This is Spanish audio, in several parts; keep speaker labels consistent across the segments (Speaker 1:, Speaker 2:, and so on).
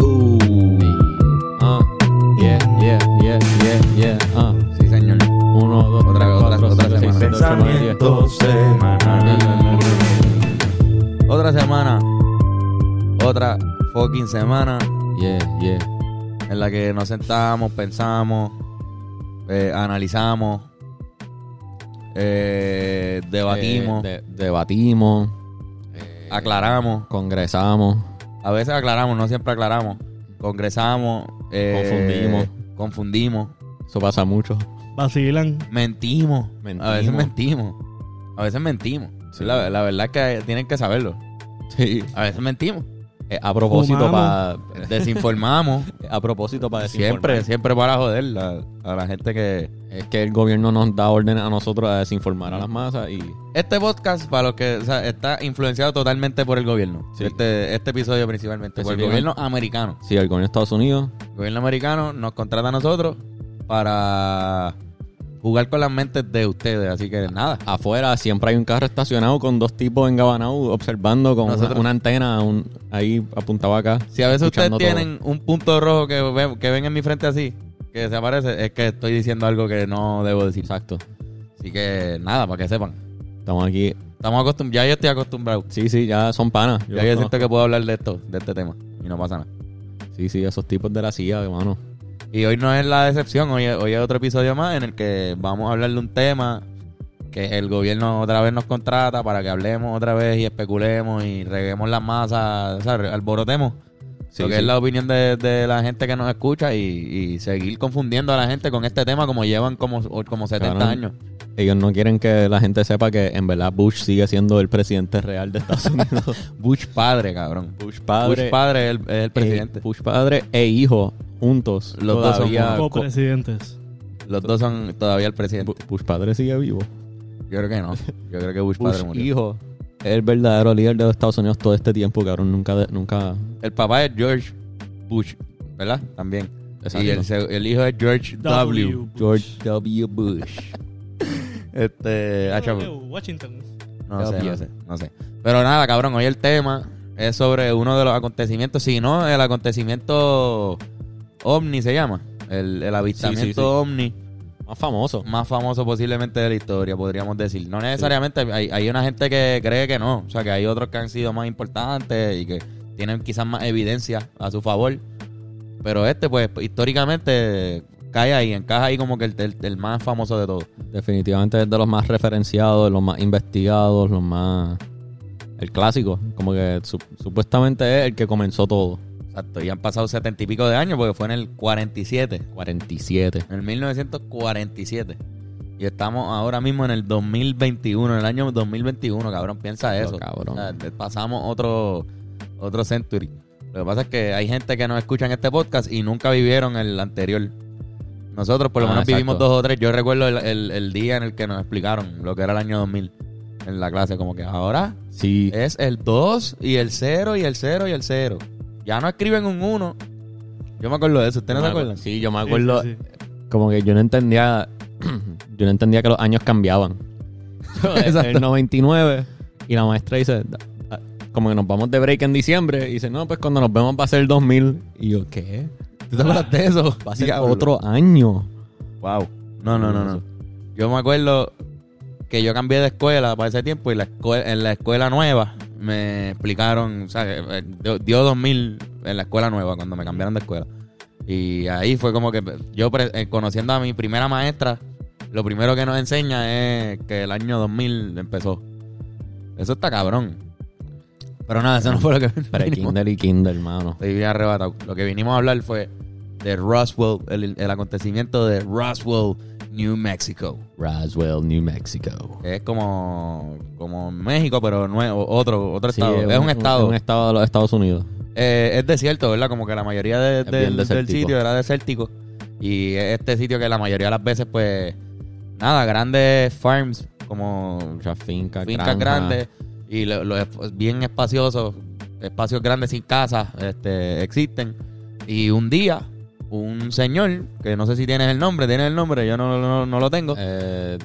Speaker 1: Uh.
Speaker 2: Ah,
Speaker 1: otra fucking semana
Speaker 2: Yeah, yeah.
Speaker 1: en la que nos sentamos, pensamos, eh, analizamos, eh, debatimos,
Speaker 2: Eh, de- debatimos.
Speaker 1: aclaramos.
Speaker 2: Congresamos.
Speaker 1: A veces aclaramos, no siempre aclaramos. Congresamos, eh, confundimos,
Speaker 2: Eso pasa mucho.
Speaker 3: Vacilan.
Speaker 1: mentimos,
Speaker 2: Mentimos.
Speaker 1: a veces mentimos, a veces mentimos.
Speaker 2: Sí.
Speaker 1: La, la verdad es que tienen que saberlo.
Speaker 2: Sí.
Speaker 1: A veces mentimos,
Speaker 2: Eh, a propósito para.
Speaker 3: Fumamos.
Speaker 1: desinformamos.
Speaker 2: A propósito para
Speaker 1: Siempre, siempre para joder la- a la gente que...
Speaker 2: Es que el gobierno nos da órdenes a nosotros a desinformar a las masas y.
Speaker 1: Este podcast, para los que o sea, está influenciado totalmente por el gobierno.
Speaker 2: Sí.
Speaker 1: Este, este episodio principalmente. Por el
Speaker 2: Específicamente.
Speaker 1: gobierno americano.
Speaker 2: Sí, el gobierno de Estados Unidos.
Speaker 1: El gobierno americano nos contrata a nosotros para jugar con las mentes de ustedes. Así que nada.
Speaker 2: Afuera siempre hay un carro estacionado con dos tipos engabanao observando con una,
Speaker 1: Nosotros-
Speaker 2: una antena un- ahí apuntaba acá.
Speaker 1: Si a veces ustedes
Speaker 2: Escuchando todo.
Speaker 1: tienen un punto rojo que ven, que ven en mi frente así, que se aparece, es que estoy diciendo algo que no debo decir.
Speaker 2: Exacto.
Speaker 1: Así que nada, para que sepan.
Speaker 2: Estamos aquí.
Speaker 1: Estamos acostum Ya yo estoy acostumbrado.
Speaker 2: Sí, sí, ya son panas. Yo
Speaker 1: ya yo
Speaker 2: los
Speaker 1: siento que puedo hablar de esto, de este tema. Y no pasa nada.
Speaker 2: conozco. Sí, sí, esos tipos de la CIA, hermano.
Speaker 1: Y hoy no es la decepción, hoy, hoy es otro episodio más en el que vamos a hablar de un tema que el gobierno otra vez nos contrata para que hablemos otra vez y especulemos y reguemos las masas, o sea, alborotemos
Speaker 2: Sí,
Speaker 1: lo que
Speaker 2: sí.
Speaker 1: es la opinión de, de la gente que nos escucha y, y seguir confundiendo a la gente con este tema como llevan como, como 70
Speaker 2: Cabrón.
Speaker 1: años.
Speaker 2: Ellos no quieren que la gente sepa que en verdad Bush sigue siendo el presidente real de Estados Unidos.
Speaker 1: Bush padre, cabrón.
Speaker 2: Bush padre. Eh,
Speaker 1: Bush padre es el, es el presidente.
Speaker 2: presidente. Bush padre e hijo juntos.
Speaker 1: Los dos son
Speaker 2: todavía
Speaker 3: O
Speaker 1: juntos.
Speaker 2: co-
Speaker 3: presidentes.
Speaker 1: Los dos son todavía el presidente.
Speaker 2: Bu- Bush padre sigue vivo.
Speaker 1: Yo creo que no. Yo creo que Bush,
Speaker 2: Bush
Speaker 1: padre murió.
Speaker 2: hijo es el verdadero líder de los Estados Unidos todo este tiempo, cabrón. Nunca, de- nunca.
Speaker 1: El papá es George Bush, ¿verdad? También.
Speaker 2: Exacto.
Speaker 1: Y el, se- el hijo es George W.
Speaker 3: Bush.
Speaker 2: George W. Bush.
Speaker 1: Este, ah,
Speaker 3: Creo que
Speaker 1: chavo,
Speaker 3: Washington.
Speaker 1: no sé,
Speaker 2: W.
Speaker 1: no sé, no sé. Pero nada, cabrón, hoy el tema es sobre uno de los acontecimientos, si no, el acontecimiento ovni se llama. El, el avistamiento
Speaker 2: sí.
Speaker 1: ovni
Speaker 2: Más famoso.
Speaker 1: más famoso posiblemente de la historia, podríamos decir. No necesariamente, hay, hay una gente que cree que no, o sea, que hay otros que han sido más importantes y que tienen quizás más evidencia a su favor. Pero este, pues, históricamente cae ahí, encaja ahí como que el, el- el más famoso de todos.
Speaker 2: Definitivamente es de los más referenciados, los más investigados, los más. El clásico. Como que su- supuestamente es el que comenzó todo.
Speaker 1: Exacto, y han pasado setenta y pico de años porque fue en el 47,
Speaker 2: 47.
Speaker 1: en el 1947. Y estamos ahora mismo en el 2021, en el año 2021, cabrón, piensa
Speaker 2: Lo
Speaker 1: eso.
Speaker 2: cabrón.
Speaker 1: O sea, te- pasamos otro, otro century. Lo que pasa es que hay gente que no escucha en este podcast y nunca vivieron el anterior. Nosotros por lo
Speaker 2: Ah,
Speaker 1: menos
Speaker 2: exacto.
Speaker 1: vivimos dos o tres. Yo recuerdo el, el- el día en el que nos explicaron lo que era el año 2000 en la clase. Como que ahora
Speaker 2: Sí.
Speaker 1: es el 2 y el 0 y el 0 y el 0. Ya no escriben un 1. Yo me acuerdo de eso. ¿Ustedes no se
Speaker 2: me acu-
Speaker 1: acuerdan?
Speaker 2: Sí, yo me
Speaker 3: Sí,
Speaker 2: acuerdo.
Speaker 3: sí, sí.
Speaker 2: Como que yo no entendía. yo no entendía que los años cambiaban. el 99. Y la maestra dice. "Da- da- Como que nos vamos de break en diciembre. Y dice, no, pues cuando nos vemos va a ser el 2000. Y yo, ¿qué?
Speaker 1: ¿Tú te acuerdas de eso?
Speaker 2: Va a ser otro año.
Speaker 1: Wow. No, no, no, no. Yo me acuerdo que yo cambié de escuela para ese tiempo y la escue- en la escuela nueva me explicaron, o sea, eh, eh, dio, dio 2000 en la escuela nueva cuando me cambiaron de escuela. Y ahí fue como que yo pre- eh, conociendo a mi primera maestra, lo primero que nos enseña es que el año 2000 empezó. Eso está cabrón. Pero nada, eso no fue lo que
Speaker 2: Para Kindle y Kindle, hermano.
Speaker 1: Estoy bien arrebatado. Lo que vinimos a hablar fue de Roswell, el, el acontecimiento de Roswell, New Mexico.
Speaker 2: Roswell, New Mexico.
Speaker 1: Que es como, como México, pero nuevo, otro, otro
Speaker 2: Sí,
Speaker 1: estado. es un, estado.
Speaker 2: Es un estado de los Estados Unidos.
Speaker 1: Eh, es desierto, ¿verdad? Como que la mayoría de-
Speaker 2: Es bien
Speaker 1: del, del
Speaker 2: desértico.
Speaker 1: sitio era desértico. Y es este sitio que la mayoría de las veces, pues, nada, grandes farms, como
Speaker 2: Muchas fincas,
Speaker 1: fincas grandes y lo- los esp- bien espaciosos, espacios grandes sin casas este, existen. Y un día, un señor, que no sé si tienes el nombre, tienes el nombre, yo no, no- no lo tengo.
Speaker 2: Eh,
Speaker 1: eh,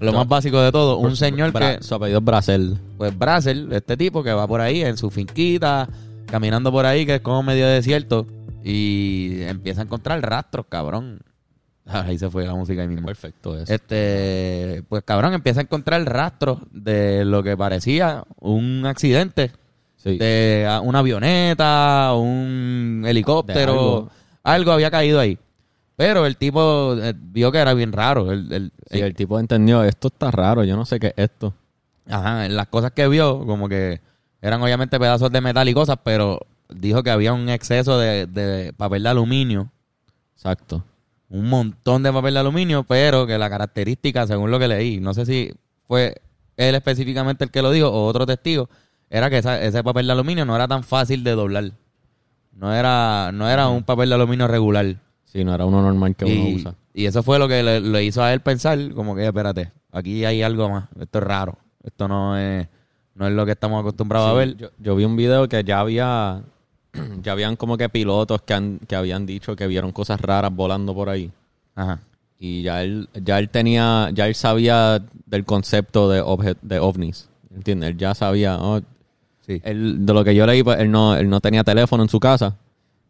Speaker 1: lo más básico de todo,
Speaker 2: Pues,
Speaker 1: un señor que,
Speaker 2: Su apellido es Bracel.
Speaker 1: pues Brazel, este tipo que va por ahí en su finquita, caminando por ahí, que es como medio desierto, y empieza a encontrar rastros, cabrón. Ahí se fue la música ahí mismo.
Speaker 2: Perfecto eso.
Speaker 1: Este, pues cabrón, empieza a encontrar rastros de lo que parecía un accidente
Speaker 2: Sí.
Speaker 1: de a- una avioneta, un helicóptero, algo.
Speaker 2: algo.
Speaker 1: había caído ahí. Pero el tipo eh, vio que era bien raro. El, el-
Speaker 2: Sí,
Speaker 1: el-
Speaker 2: el tipo entendió, esto está raro, yo no sé qué es esto.
Speaker 1: ajá, las cosas que vio, como que eran obviamente pedazos de metal y cosas, pero dijo que había un exceso de, de papel de aluminio,
Speaker 2: Exacto.
Speaker 1: un montón de papel de aluminio, pero que la característica, según lo que leí, no sé si fue él específicamente el que lo dijo o otro testigo, era que esa- ese papel de aluminio no era tan fácil de doblar. No era, no era un papel de aluminio regular.
Speaker 2: Sí, no era uno normal que uno usa.
Speaker 1: y eso fue lo que le, le hizo a él pensar, como que, espérate, aquí hay algo más, esto es raro, esto no es, no es lo que estamos acostumbrados a
Speaker 2: Sí,
Speaker 1: ver.
Speaker 2: Yo, yo vi un video que ya había, ya habían como que pilotos que, han- que habían dicho que vieron cosas raras volando por ahí.
Speaker 1: Ajá.
Speaker 2: Y ya él, ya él tenía, ya él sabía del concepto de, obje- de ovnis. ¿Entiendes? Él ya sabía. oh,
Speaker 1: Sí.
Speaker 2: él- de lo que yo leí, pues, él no, él no tenía teléfono en su casa.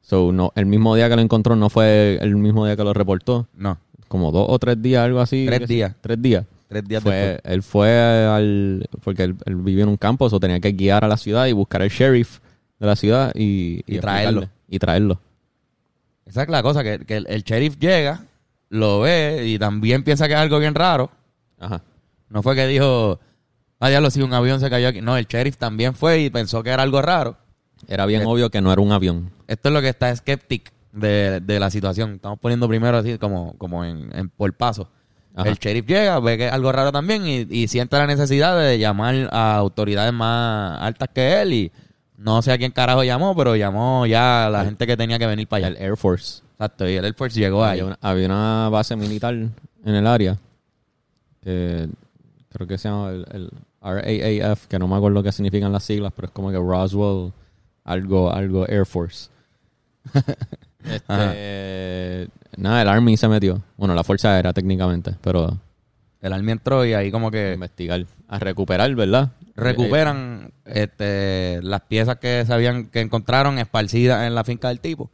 Speaker 2: So, no, el mismo día que lo encontró no fue el mismo día que lo reportó.
Speaker 1: no,
Speaker 2: Como dos o tres días, algo así.
Speaker 1: Tres
Speaker 2: qué sé-
Speaker 1: días.
Speaker 2: Tres días.
Speaker 1: tres días
Speaker 2: Fue-
Speaker 1: después.
Speaker 2: él fue al. Porque él, él vivió en un campo, o tenía que guiar a la ciudad y buscar al sheriff de la ciudad y.
Speaker 1: Y
Speaker 2: explicarle.
Speaker 1: traerlo.
Speaker 2: Y traerlo.
Speaker 1: Esa es la cosa, que, que el, el sheriff llega, lo ve y también piensa que es algo bien raro.
Speaker 2: Ajá.
Speaker 1: No fue que dijo, ah, ya lo si un avión se cayó aquí. No, el sheriff también fue y pensó que era algo raro.
Speaker 2: Era
Speaker 1: Eh,
Speaker 2: bien obvio que no era un avión.
Speaker 1: Esto es lo que está skeptic de, de la situación. Estamos poniendo primero así como, como en, en- por paso.
Speaker 2: Ajá.
Speaker 1: El sheriff llega, ve que es algo raro también y, y siente la necesidad de llamar a autoridades más altas que él y no sé a quién carajo llamó, pero llamó ya a la gente que tenía que venir para
Speaker 2: El
Speaker 1: allá.
Speaker 2: Air Force.
Speaker 1: Exacto, y el Air Force llegó ahí.
Speaker 2: Había Oh, una, había una base militar en el área que creo que se llama el, el RAAF, que no me acuerdo qué significan las siglas, pero es como que Roswell, algo, algo Air Force.
Speaker 1: Ajá.
Speaker 2: Este, nada, el Army se metió. Bueno, la Fuerza Aérea técnicamente, pero
Speaker 1: El Army entró y ahí como
Speaker 2: a
Speaker 1: que
Speaker 2: investigar, a recuperar, ¿verdad?
Speaker 1: Eh.
Speaker 2: Eh,
Speaker 1: recuperan este, las piezas que sabían que encontraron esparcidas en la finca del tipo.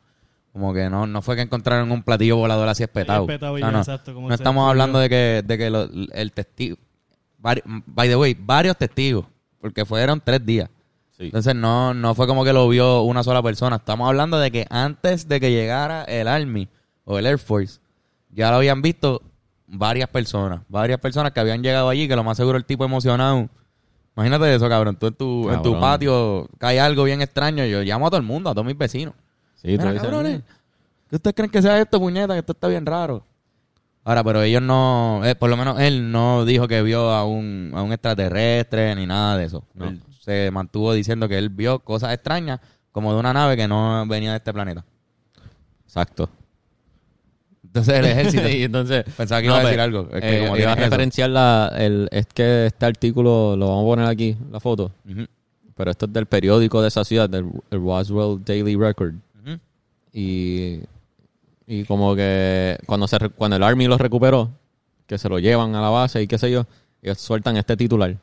Speaker 1: Como que no, no fue que encontraron un platillo volador así espetado.
Speaker 3: Espetado,
Speaker 1: O sea,
Speaker 3: ya,
Speaker 1: no
Speaker 3: exacto, como
Speaker 1: no
Speaker 3: que se
Speaker 1: estamos
Speaker 3: destruyó.
Speaker 1: hablando de que, de que lo- el testigo... vari- by the way, varios testigos, porque fueron tres días.
Speaker 2: Sí.
Speaker 1: Entonces no, no fue como que lo vio una sola persona. Estamos hablando de que antes de que llegara el Army o el Air Force, ya lo habían visto varias personas. Varias personas que habían llegado allí, que lo más seguro el tipo emocionado. Imagínate eso, cabrón. Tú en tu, en tu
Speaker 2: Cabrón.
Speaker 1: patio cae algo bien extraño. Yo llamo a todo el mundo, a todos mis vecinos.
Speaker 2: Sí, tú
Speaker 1: Mira,
Speaker 2: dices,
Speaker 1: cabrones, ¿qué ustedes creen que sea esto, puñeta? Que esto está bien raro. Ahora, pero ellos no, eh, por lo menos él no dijo que vio a un, a un extraterrestre ni nada de eso.
Speaker 2: No.
Speaker 1: Él se mantuvo diciendo que él vio cosas extrañas como de una nave que no venía de este planeta.
Speaker 2: Exacto.
Speaker 1: Entonces el ejército
Speaker 2: Sí, entonces
Speaker 1: pensaba que iba a
Speaker 2: No,
Speaker 1: decir
Speaker 2: pero,
Speaker 1: algo. Es que
Speaker 2: eh,
Speaker 1: como
Speaker 2: iba a
Speaker 1: tiene eso.
Speaker 2: referenciar la, el, es que este artículo lo vamos a poner aquí, la foto.
Speaker 1: Ujú,
Speaker 2: Pero esto es del periódico de esa ciudad, del el Roswell Daily Record.
Speaker 1: ujú.
Speaker 2: Y, y como que cuando, se, re- cuando el Army los recuperó, que se lo llevan a la base y qué sé yo, ellos sueltan este titular.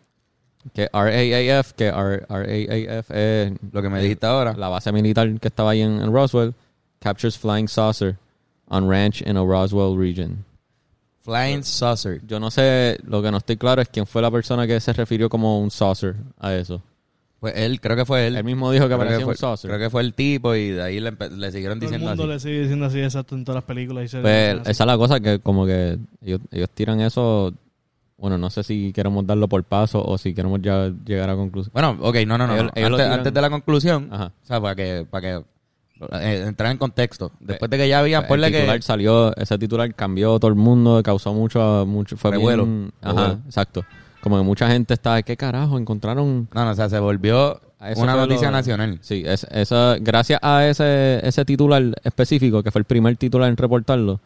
Speaker 2: Que RAAF, que R- RAAF es
Speaker 1: Lo que me dijiste ahora.
Speaker 2: la base militar que estaba ahí en, en Roswell, captures flying saucer on ranch in a Roswell region.
Speaker 1: Flying Saucer.
Speaker 2: Yo no sé, lo que no estoy claro es quién fue la persona que se refirió como un saucer a eso.
Speaker 1: Pues él, creo que fue él.
Speaker 2: Él mismo dijo que
Speaker 1: creo, que
Speaker 2: aparecía
Speaker 1: fue,
Speaker 2: un saucer.
Speaker 1: creo que fue el tipo y de ahí le, empe- le siguieron
Speaker 3: Todo el
Speaker 1: diciendo
Speaker 3: mundo
Speaker 1: así.
Speaker 3: le sigue diciendo así exacto en todas las películas y series.
Speaker 2: Pues,
Speaker 3: Así.
Speaker 2: esa es la cosa que como que ellos, ellos tiran eso, bueno, no sé si queremos darlo por paso o si queremos ya llegar a conclusión.
Speaker 1: Bueno, ok, no, no, no.
Speaker 2: Ellos-
Speaker 1: no.
Speaker 2: ellos lo
Speaker 1: antes,
Speaker 2: tiran-
Speaker 1: antes de la conclusión,
Speaker 2: Ajá.
Speaker 1: o sea, para que, para que eh, entrar en contexto. Después de que ya había,
Speaker 2: el
Speaker 1: ponle
Speaker 2: titular
Speaker 1: Pues que
Speaker 2: salió, ese titular cambió todo el mundo, causó mucho, mucho, fue
Speaker 1: Revuelo.
Speaker 2: bien- ajá,
Speaker 1: Revuelo.
Speaker 2: exacto. Como que mucha gente está, ¿qué carajo? Encontraron
Speaker 1: No, no, o sea, se volvió
Speaker 2: Eso
Speaker 1: una
Speaker 2: fue lo-
Speaker 1: noticia nacional.
Speaker 2: Sí, es- esa, gracias a ese, ese titular específico, que fue el primer titular en reportarlo,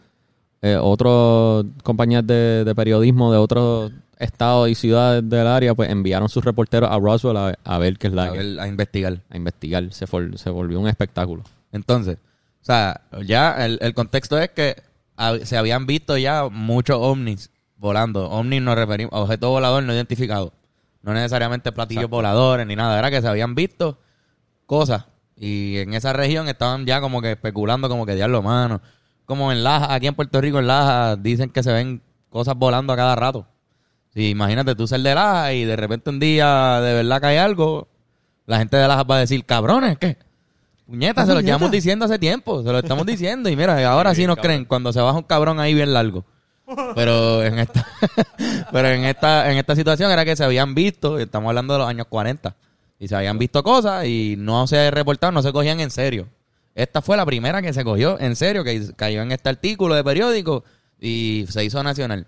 Speaker 2: eh, otros compañías de, de periodismo de otros estados y ciudades del área, pues enviaron sus reporteros a Roswell a, a ver qué es la
Speaker 1: A,
Speaker 2: que-
Speaker 1: ver, a investigar.
Speaker 2: a investigar. Se, for- se volvió un espectáculo.
Speaker 1: Entonces, o sea, ya el, el contexto es que hab- se habían visto ya muchos ovnis volando. Ovnis nos referimos a objeto volador no identificado. No necesariamente platillos voladores ni nada. Era que se habían visto cosas. Y en esa región estaban ya como que especulando, como que diablo, mano. Como en Laja, aquí en Puerto Rico, en Laja, dicen que se ven cosas volando a cada rato. Sí, imagínate tú ser de Laja y de repente un día de verdad cae algo. la gente de las va a decir, cabrones, ¿qué? Puñeta, se lo
Speaker 3: puñeta.
Speaker 1: llevamos diciendo hace tiempo, se lo estamos diciendo. Y mira, ahora sí nos creen cuando se baja un cabrón ahí bien largo. Pero en esta, pero en esta, en esta situación era que se habían visto, y estamos hablando de los años 40, y se habían visto cosas y no se reportaron, no se cogían en serio. Esta fue la primera que se cogió en serio, que cayó en este artículo de periódico y se hizo nacional.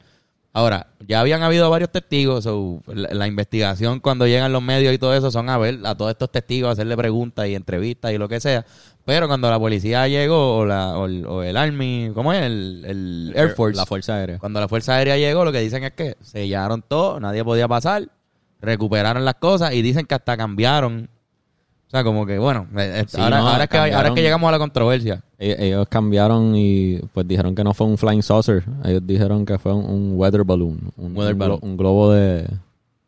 Speaker 1: Ahora, ya habían habido varios testigos, so, la, la investigación cuando llegan los medios y todo eso son a ver a todos estos testigos, hacerle preguntas y entrevistas y lo que sea. Pero cuando la policía llegó, o, la, o, el, o el Army, ¿cómo es? El, el Air Force.
Speaker 2: La Fuerza Aérea.
Speaker 1: Cuando la Fuerza Aérea llegó, lo que dicen es que sellaron todo, nadie podía pasar, recuperaron las cosas y dicen que hasta cambiaron. O sea, como que, bueno, eh, eh,
Speaker 2: Sí,
Speaker 1: ahora,
Speaker 2: no,
Speaker 1: ahora es que, ahora es
Speaker 2: cambiaron.
Speaker 1: que llegamos a la controversia.
Speaker 2: Ellos, ellos cambiaron y pues dijeron que no fue un flying saucer. Ellos dijeron que fue un, un weather balloon. Un,
Speaker 1: Weather
Speaker 2: un
Speaker 1: balloon.
Speaker 2: glo- un globo de,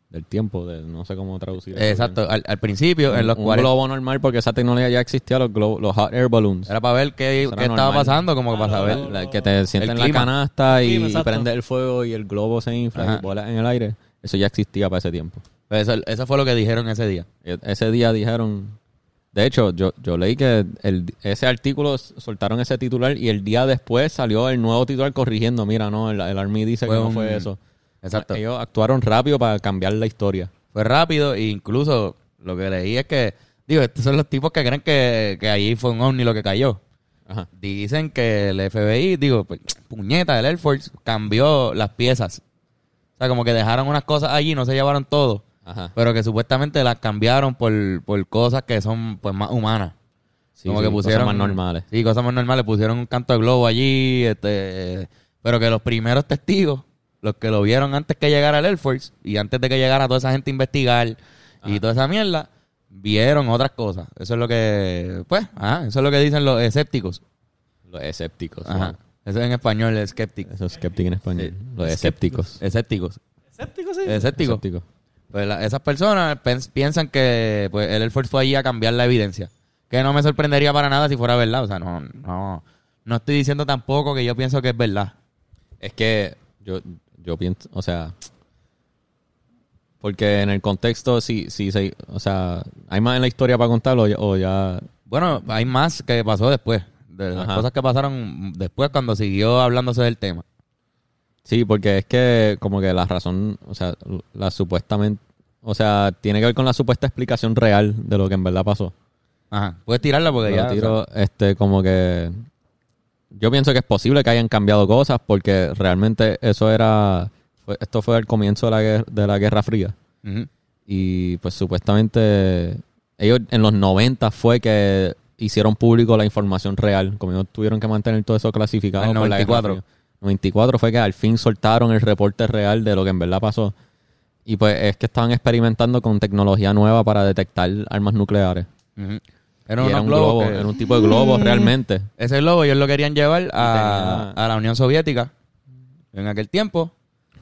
Speaker 2: del tiempo, de, no sé cómo traducir. eso.
Speaker 1: Exacto, al, al principio,
Speaker 2: Un,
Speaker 1: en los
Speaker 2: un
Speaker 1: 40,
Speaker 2: globo normal porque esa tecnología ya existía, los, glo- los hot air balloons.
Speaker 1: era para ver qué,
Speaker 2: Eso era
Speaker 1: qué estaba
Speaker 2: normal.
Speaker 1: pasando, como que para
Speaker 3: Ah,
Speaker 1: saber.
Speaker 3: no, no,
Speaker 2: La- que te sienten en la
Speaker 1: clima.
Speaker 2: canasta y,
Speaker 3: Clima, exacto.
Speaker 2: prende el fuego y el globo se infla
Speaker 1: Ajá.
Speaker 2: y vuela en el aire. Eso ya existía para ese tiempo.
Speaker 1: Pues Eso, eso fue lo que dijeron ese día.
Speaker 2: E- Ese día dijeron. De hecho, yo, yo leí que el- ese artículo s- soltaron ese titular y el día después salió el nuevo titular corrigiendo. Mira, no, el, el Army dice
Speaker 1: Fue
Speaker 2: que no
Speaker 1: un-
Speaker 2: fue eso. Ah,
Speaker 1: Exacto.
Speaker 2: Ellos actuaron rápido para cambiar la historia.
Speaker 1: Fue rápido e incluso lo que leí es que, digo, estos son los tipos que creen que, que ahí fue un ovni lo que cayó.
Speaker 2: Ajá.
Speaker 1: Dicen que el FBI, digo, pues, puñeta, el Air Force cambió las piezas. O sea, como que dejaron unas cosas allí, no se llevaron todo,
Speaker 2: Ajá.
Speaker 1: pero que supuestamente las cambiaron por, por cosas que son pues más humanas.
Speaker 2: Sí,
Speaker 1: como
Speaker 2: sí,
Speaker 1: que
Speaker 2: cosas
Speaker 1: pusieron
Speaker 2: más normales.
Speaker 1: Sí, cosas más normales, pusieron un canto de globo allí, este, pero que los primeros testigos, los que lo vieron antes que llegara el Air Force y antes de que llegara toda esa gente a investigar y toda esa mierda, vieron otras cosas. Eso es lo que pues, ajá, eso es lo que dicen los escépticos.
Speaker 2: Los escépticos.
Speaker 1: Ajá.
Speaker 2: wow.
Speaker 1: Eso en español, escépticos.
Speaker 2: Eso es escéptico en español. Los escépticos.
Speaker 1: Escépticos.
Speaker 3: ¿Escéptico, sí?
Speaker 1: Escépticos.
Speaker 2: Escépticos.
Speaker 1: Pues la- esas personas pens- piensan que pues, el Air Force fue allí a cambiar la evidencia. Que no me sorprendería para nada si fuera verdad. O sea, no, no, no estoy diciendo tampoco que yo pienso que es verdad.
Speaker 2: Es que yo, yo pienso, o sea, porque en el contexto, si, si se, o sea, hay más en la historia para contarlo o ya- o ya,
Speaker 1: Bueno, hay más que pasó después. De las
Speaker 2: Ajá.
Speaker 1: cosas que pasaron después cuando siguió hablándose del tema.
Speaker 2: sí, porque es que como que la razón, o sea, la supuestamente, o sea, tiene que ver con la supuesta explicación real de lo que en verdad pasó.
Speaker 1: Ajá. Puedes tirarla porque
Speaker 2: Lo
Speaker 1: ya.
Speaker 2: tiro,
Speaker 1: o sea,
Speaker 2: este, como que. Yo pienso que es posible que hayan cambiado cosas porque realmente eso era. fue- esto fue el comienzo de la, guer- de la Guerra Fría.
Speaker 1: ujú.
Speaker 2: Y pues supuestamente. Ellos en los 90 fue que hicieron público la información real. Como ellos tuvieron que mantener todo eso clasificado.
Speaker 1: En
Speaker 2: por la Guerra
Speaker 1: 94.
Speaker 2: Fría. 94 fue que al fin soltaron el reporte real de lo que en verdad pasó. Y pues es que estaban experimentando con tecnología nueva para detectar armas nucleares.
Speaker 1: Ujú.
Speaker 2: Y
Speaker 1: Era, unos
Speaker 2: un
Speaker 1: globos
Speaker 2: globo,
Speaker 1: que-
Speaker 2: era un tipo de globo realmente.
Speaker 1: Ese globo ellos lo querían llevar a,
Speaker 2: tenía-
Speaker 1: a la Unión Soviética en aquel tiempo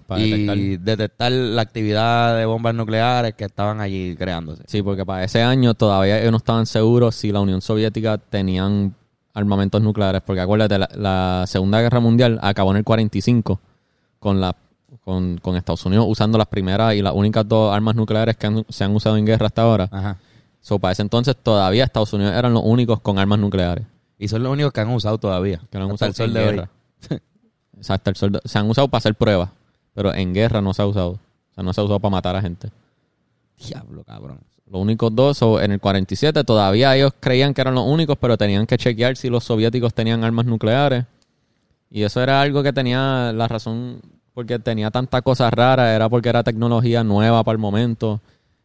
Speaker 2: Para
Speaker 1: y
Speaker 2: detectar.
Speaker 1: detectar la actividad de bombas nucleares que estaban allí creándose.
Speaker 2: Sí, porque para ese año todavía ellos no estaban seguros si la Unión Soviética tenían armamentos nucleares, porque acuérdate, la, la Segunda Guerra Mundial acabó en el 45 con la con, con Estados Unidos usando las primeras y las únicas dos armas nucleares que han- se han usado en guerra hasta ahora.
Speaker 1: Ajá.
Speaker 2: So, para ese entonces todavía Estados Unidos eran los únicos con armas nucleares.
Speaker 1: Y son los únicos que han usado todavía.
Speaker 2: Que no han
Speaker 1: Hasta
Speaker 2: usado
Speaker 1: el sol
Speaker 2: en
Speaker 1: de hoy.
Speaker 2: guerra. O sea, hasta el sol de- se han usado para hacer pruebas, pero en guerra no se ha usado. O sea, no se ha usado para matar a gente.
Speaker 1: Diablo, cabrón.
Speaker 2: Los únicos dos, o en el 47, todavía ellos creían que eran los únicos, pero tenían que chequear si los soviéticos tenían armas nucleares. Y eso era algo que tenía la razón, porque tenía tanta cosa rara, era porque era tecnología nueva para el momento.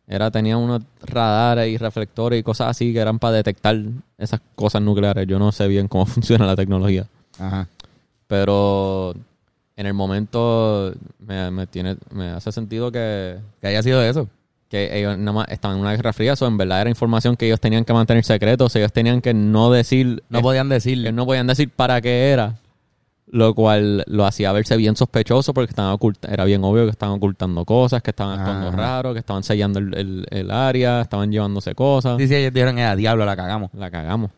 Speaker 2: Era, tenía unos radares y reflectores y cosas así que eran para detectar esas cosas nucleares. Yo no sé bien cómo funciona la tecnología.
Speaker 1: Ajá.
Speaker 2: Pero en el momento me, me tiene, me hace sentido que,
Speaker 1: Que haya sido eso.
Speaker 2: que ellos nada más estaban en una guerra fría, eso en verdad era información que ellos tenían que mantener secretos, ellos tenían que no decir,
Speaker 1: No
Speaker 2: eh,
Speaker 1: podían decirle.
Speaker 2: ellos no podían decir para qué era, lo cual lo hacía verse bien sospechoso porque estaban oculta, era bien obvio que estaban ocultando cosas, que estaban actuando
Speaker 1: Ajá.
Speaker 2: raro, que estaban sellando el, el- el área, estaban llevándose cosas,
Speaker 1: Sí, sí, ellos dijeron, eh, a diablo, la cagamos.
Speaker 2: la cagamos.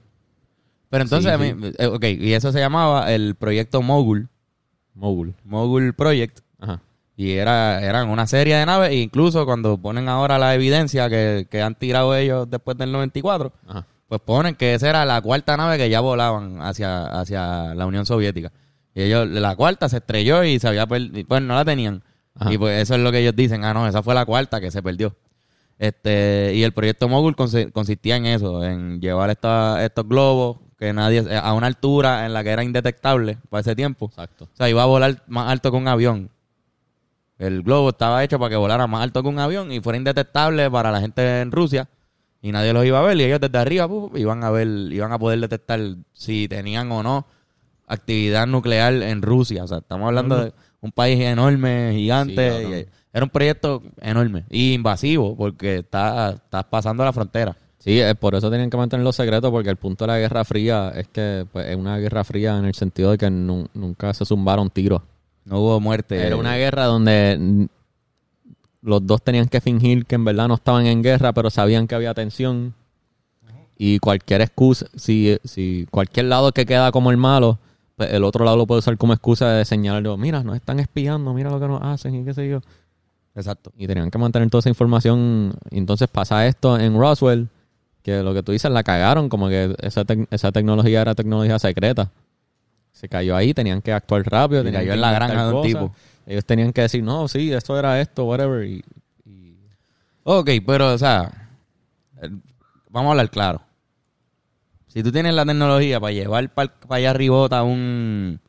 Speaker 1: Pero entonces,
Speaker 2: Sí,
Speaker 1: a mí- eh, ok, y eso se llamaba el proyecto Mogul,
Speaker 2: Mogul.
Speaker 1: Mogul Project,
Speaker 2: Ajá.
Speaker 1: Y era, eran una serie de naves, e incluso cuando ponen ahora la evidencia que, que han tirado ellos después del 94,
Speaker 2: Ajá.
Speaker 1: pues ponen que esa era la cuarta nave que ya volaban hacia, hacia la Unión Soviética. Y ellos, la cuarta se estrelló y se había perdido. Pues no la tenían.
Speaker 2: Ajá.
Speaker 1: Y pues eso es lo que ellos dicen. Ah, no, esa fue la cuarta que se perdió. Este, y el proyecto Mogul consi- consistía en eso, en llevar esta- estos globos que nadie a una altura en la que era indetectable para ese tiempo.
Speaker 2: Exacto.
Speaker 1: O sea, iba a volar más alto que un avión. El globo estaba hecho para que volara más alto que un avión y fuera indetectable para la gente en Rusia y nadie los iba a ver y ellos desde arriba puf, iban a ver, iban a poder detectar si tenían o no actividad nuclear en Rusia. O sea, estamos hablando de un país enorme,
Speaker 2: Sí,
Speaker 1: gigante.
Speaker 2: cabrón.
Speaker 1: y- era un proyecto enorme y invasivo porque está- estás pasando la frontera.
Speaker 2: Sí, eh, por eso tenían que mantenerlo secreto, porque el punto de la Guerra Fría es que pues, es una Guerra Fría en el sentido de que nu- nunca se zumbaron tiros.
Speaker 1: No hubo muerte.
Speaker 2: Era una guerra donde mm, los dos tenían que fingir que en verdad no estaban en guerra, pero sabían que había tensión. Y cualquier excusa, si, si cualquier lado que queda como el malo, pues el otro lado lo puede usar como excusa de señalarlo, mira, nos están espiando, mira lo que nos hacen y qué sé yo.
Speaker 1: Exacto.
Speaker 2: Y tenían que mantener toda esa información. Y Entonces pasa esto en Roswell, que lo que tú dices la cagaron, como que esa, tec- esa tecnología era tecnología secreta. Se cayó ahí, tenían que actuar rápido.
Speaker 1: Y
Speaker 2: tenían
Speaker 1: cayó
Speaker 2: que
Speaker 1: en la
Speaker 2: inventar
Speaker 1: granja de un
Speaker 2: cosas.
Speaker 1: tipo.
Speaker 2: Ellos tenían que decir, no, sí, esto era esto, whatever. Y, y-
Speaker 1: Ok, pero, o sea, eh, vamos a hablar claro. Si tú tienes la tecnología para llevar para allá arribota un,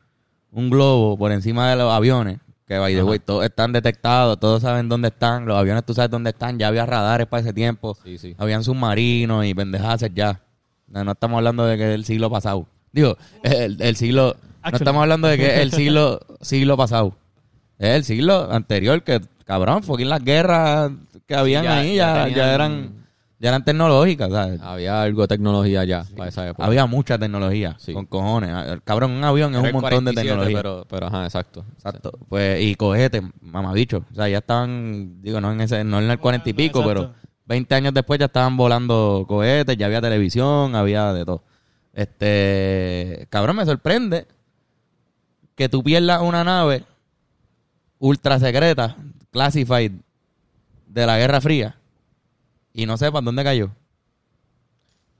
Speaker 1: un globo por encima de los aviones, que by the
Speaker 2: Ajá.
Speaker 1: way, todos están detectados, todos saben dónde están, los aviones tú sabes dónde están, ya había radares para ese tiempo,
Speaker 2: Sí, sí.
Speaker 1: habían submarinos y pendejadas ya. No, no estamos hablando de que del siglo pasado. Digo, el, el siglo... No
Speaker 3: Actually.
Speaker 1: estamos hablando de que el siglo, siglo pasado. Es el siglo anterior que, cabrón, fue que las guerras que habían
Speaker 2: ya-
Speaker 1: ahí
Speaker 2: ya
Speaker 1: ya,
Speaker 2: tenían-
Speaker 1: ya eran ya eran tecnológicas, ¿sabes?
Speaker 2: había algo de tecnología ya para esa época.
Speaker 1: Había mucha tecnología,
Speaker 2: Sí.
Speaker 1: con cojones. Ah, Cabrón, un avión es
Speaker 2: Era
Speaker 1: un
Speaker 2: el
Speaker 1: montón de
Speaker 2: 47,
Speaker 1: tecnología.
Speaker 2: Pero, pero ajá, exacto.
Speaker 1: Exacto. Pues, y cohetes, mamabicho. O sea, ya estaban, digo, no en ese, no en el cuarenta y pico,
Speaker 3: Exacto.
Speaker 1: pero 20 años después ya estaban volando cohetes, ya había televisión, había de todo. Este, cabrón, me sorprende que tú pierdas una nave ultra secreta, classified, de la Guerra Fría, y no sepas dónde cayó.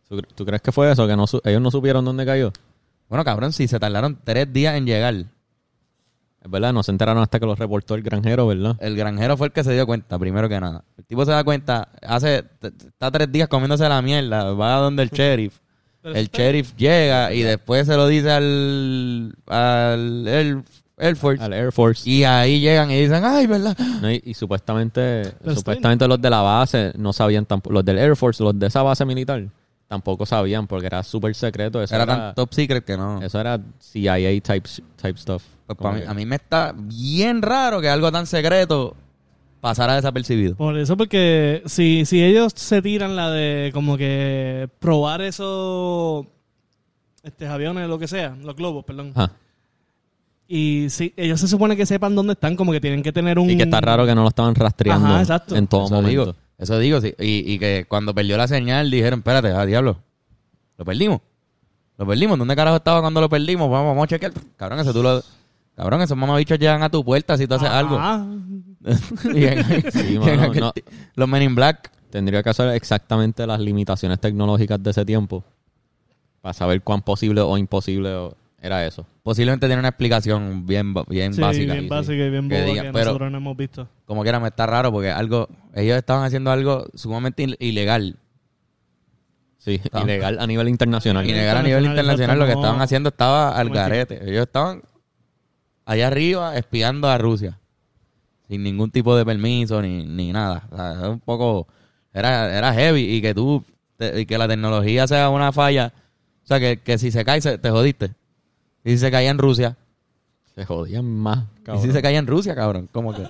Speaker 2: ¿Tú, tú crees que fue eso? ¿Que no su- ellos no supieron dónde cayó?
Speaker 1: Bueno, cabrón, si se tardaron tres días en llegar.
Speaker 2: Es verdad, no se enteraron hasta que lo reportó el granjero, ¿verdad?
Speaker 1: El granjero fue el que se dio cuenta, primero que nada. El tipo se da cuenta, hace, t- t- está tres días comiéndose la mierda, va a donde el sheriff.
Speaker 3: Pero
Speaker 1: El
Speaker 3: está-
Speaker 1: sheriff llega y después se lo dice al, al Air- Air Force.
Speaker 2: Al Air Force.
Speaker 1: Y ahí llegan y dicen, ay, ¿verdad?
Speaker 2: No, y, y supuestamente,
Speaker 3: Pero
Speaker 2: supuestamente los de la base no sabían tampoco, los del Air Force, los de esa base militar, tampoco sabían porque era súper secreto. Eso
Speaker 1: Era
Speaker 2: era,
Speaker 1: tan top secret que no.
Speaker 2: eso era CIA type, sh- type stuff.
Speaker 1: Pues
Speaker 2: Como
Speaker 1: pa' mí-
Speaker 2: que-
Speaker 1: a mí me está bien raro que algo tan secreto pasara desapercibido.
Speaker 3: Por eso, porque si, si ellos se tiran la de como que probar esos este, aviones, lo que sea, los globos, perdón.
Speaker 2: Ajá.
Speaker 3: Y si ellos se supone que sepan dónde están, como que tienen que tener un...
Speaker 2: Y que está raro que no lo estaban rastreando
Speaker 3: Ajá, exacto.
Speaker 2: en todo
Speaker 1: eso
Speaker 2: momento.
Speaker 1: digo, eso digo, sí. y, y que cuando perdió la señal dijeron, espérate, ah, diablo, lo perdimos. Lo perdimos, ¿dónde carajo estaba cuando lo perdimos? Vamos, vamos a chequear. Cabrón, eso tú lo... Cabrón, esos mamabichos llegan a tu puerta si tú haces
Speaker 3: Ajá.
Speaker 1: algo. Y en-
Speaker 2: Sí,
Speaker 1: y en
Speaker 2: mano,
Speaker 1: aquel
Speaker 2: no.
Speaker 1: ti- Los Men in Black.
Speaker 2: Tendría que hacer exactamente las limitaciones tecnológicas de ese tiempo para saber cuán posible o imposible o- era eso.
Speaker 1: Posiblemente tienen una explicación bien, ba- bien
Speaker 3: Sí,
Speaker 1: básica.
Speaker 3: bien básica y bien
Speaker 1: Que
Speaker 3: boba que,
Speaker 1: digan, pero-
Speaker 3: nosotros no hemos visto.
Speaker 1: Como quiera, me está raro porque algo... Ellos estaban haciendo algo sumamente il- ilegal.
Speaker 2: Sí,
Speaker 1: Ah.
Speaker 2: ilegal a nivel internacional.
Speaker 1: Y negar a nivel internacional lo que
Speaker 3: Exacto, no.
Speaker 1: estaban haciendo estaba al
Speaker 3: Como el
Speaker 1: garete. Ellos estaban allá arriba espiando a Rusia. Sin ningún tipo de permiso ni, ni nada. O sea, era un poco. Era, era heavy y que tú. te- y que la tecnología sea una falla. O sea, que, que si se cae, se- te jodiste. Y si se caía en Rusia.
Speaker 2: Se jodían más,
Speaker 1: Y
Speaker 2: cabrón.
Speaker 1: si se caía en Rusia, cabrón. ¿Cómo que?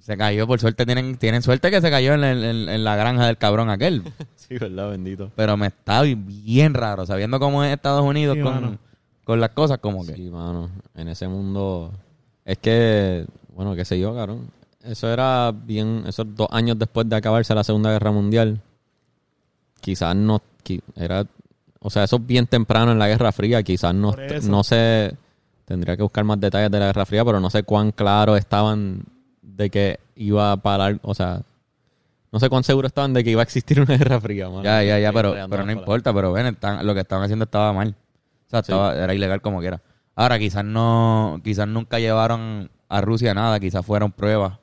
Speaker 1: Se cayó, por suerte, tienen, tienen suerte que se cayó en, el- en- en la granja del cabrón aquel.
Speaker 2: Sí, verdad, bendito.
Speaker 1: Pero me está bien raro, sabiendo cómo es Estados Unidos
Speaker 3: Sí,
Speaker 1: con,
Speaker 3: mano.
Speaker 1: con las cosas, como que.
Speaker 2: Sí, mano. En ese mundo. Es que. Bueno, qué sé yo, cabrón. Eso era bien. Esos dos años después de acabarse la Segunda Guerra Mundial. Quizás no. qui- Era. O sea, eso es bien temprano en la Guerra Fría. Quizás no,
Speaker 3: Por eso.
Speaker 2: no se. Tendría que buscar más detalles de la Guerra Fría, pero no sé cuán claro estaban de que iba a parar, o sea, no sé cuán seguro estaban de que iba a existir una Guerra Fría. mano.
Speaker 1: Ya, ya, ya,
Speaker 2: Estoy
Speaker 1: pero,
Speaker 2: creando
Speaker 1: pero no
Speaker 2: las palabras.
Speaker 1: importa, pero ven, están- lo que estaban haciendo estaba mal. O sea, estaba- era ilegal como quiera. Ahora, quizás no, quizás nunca llevaron a Rusia nada, quizás fueron pruebas.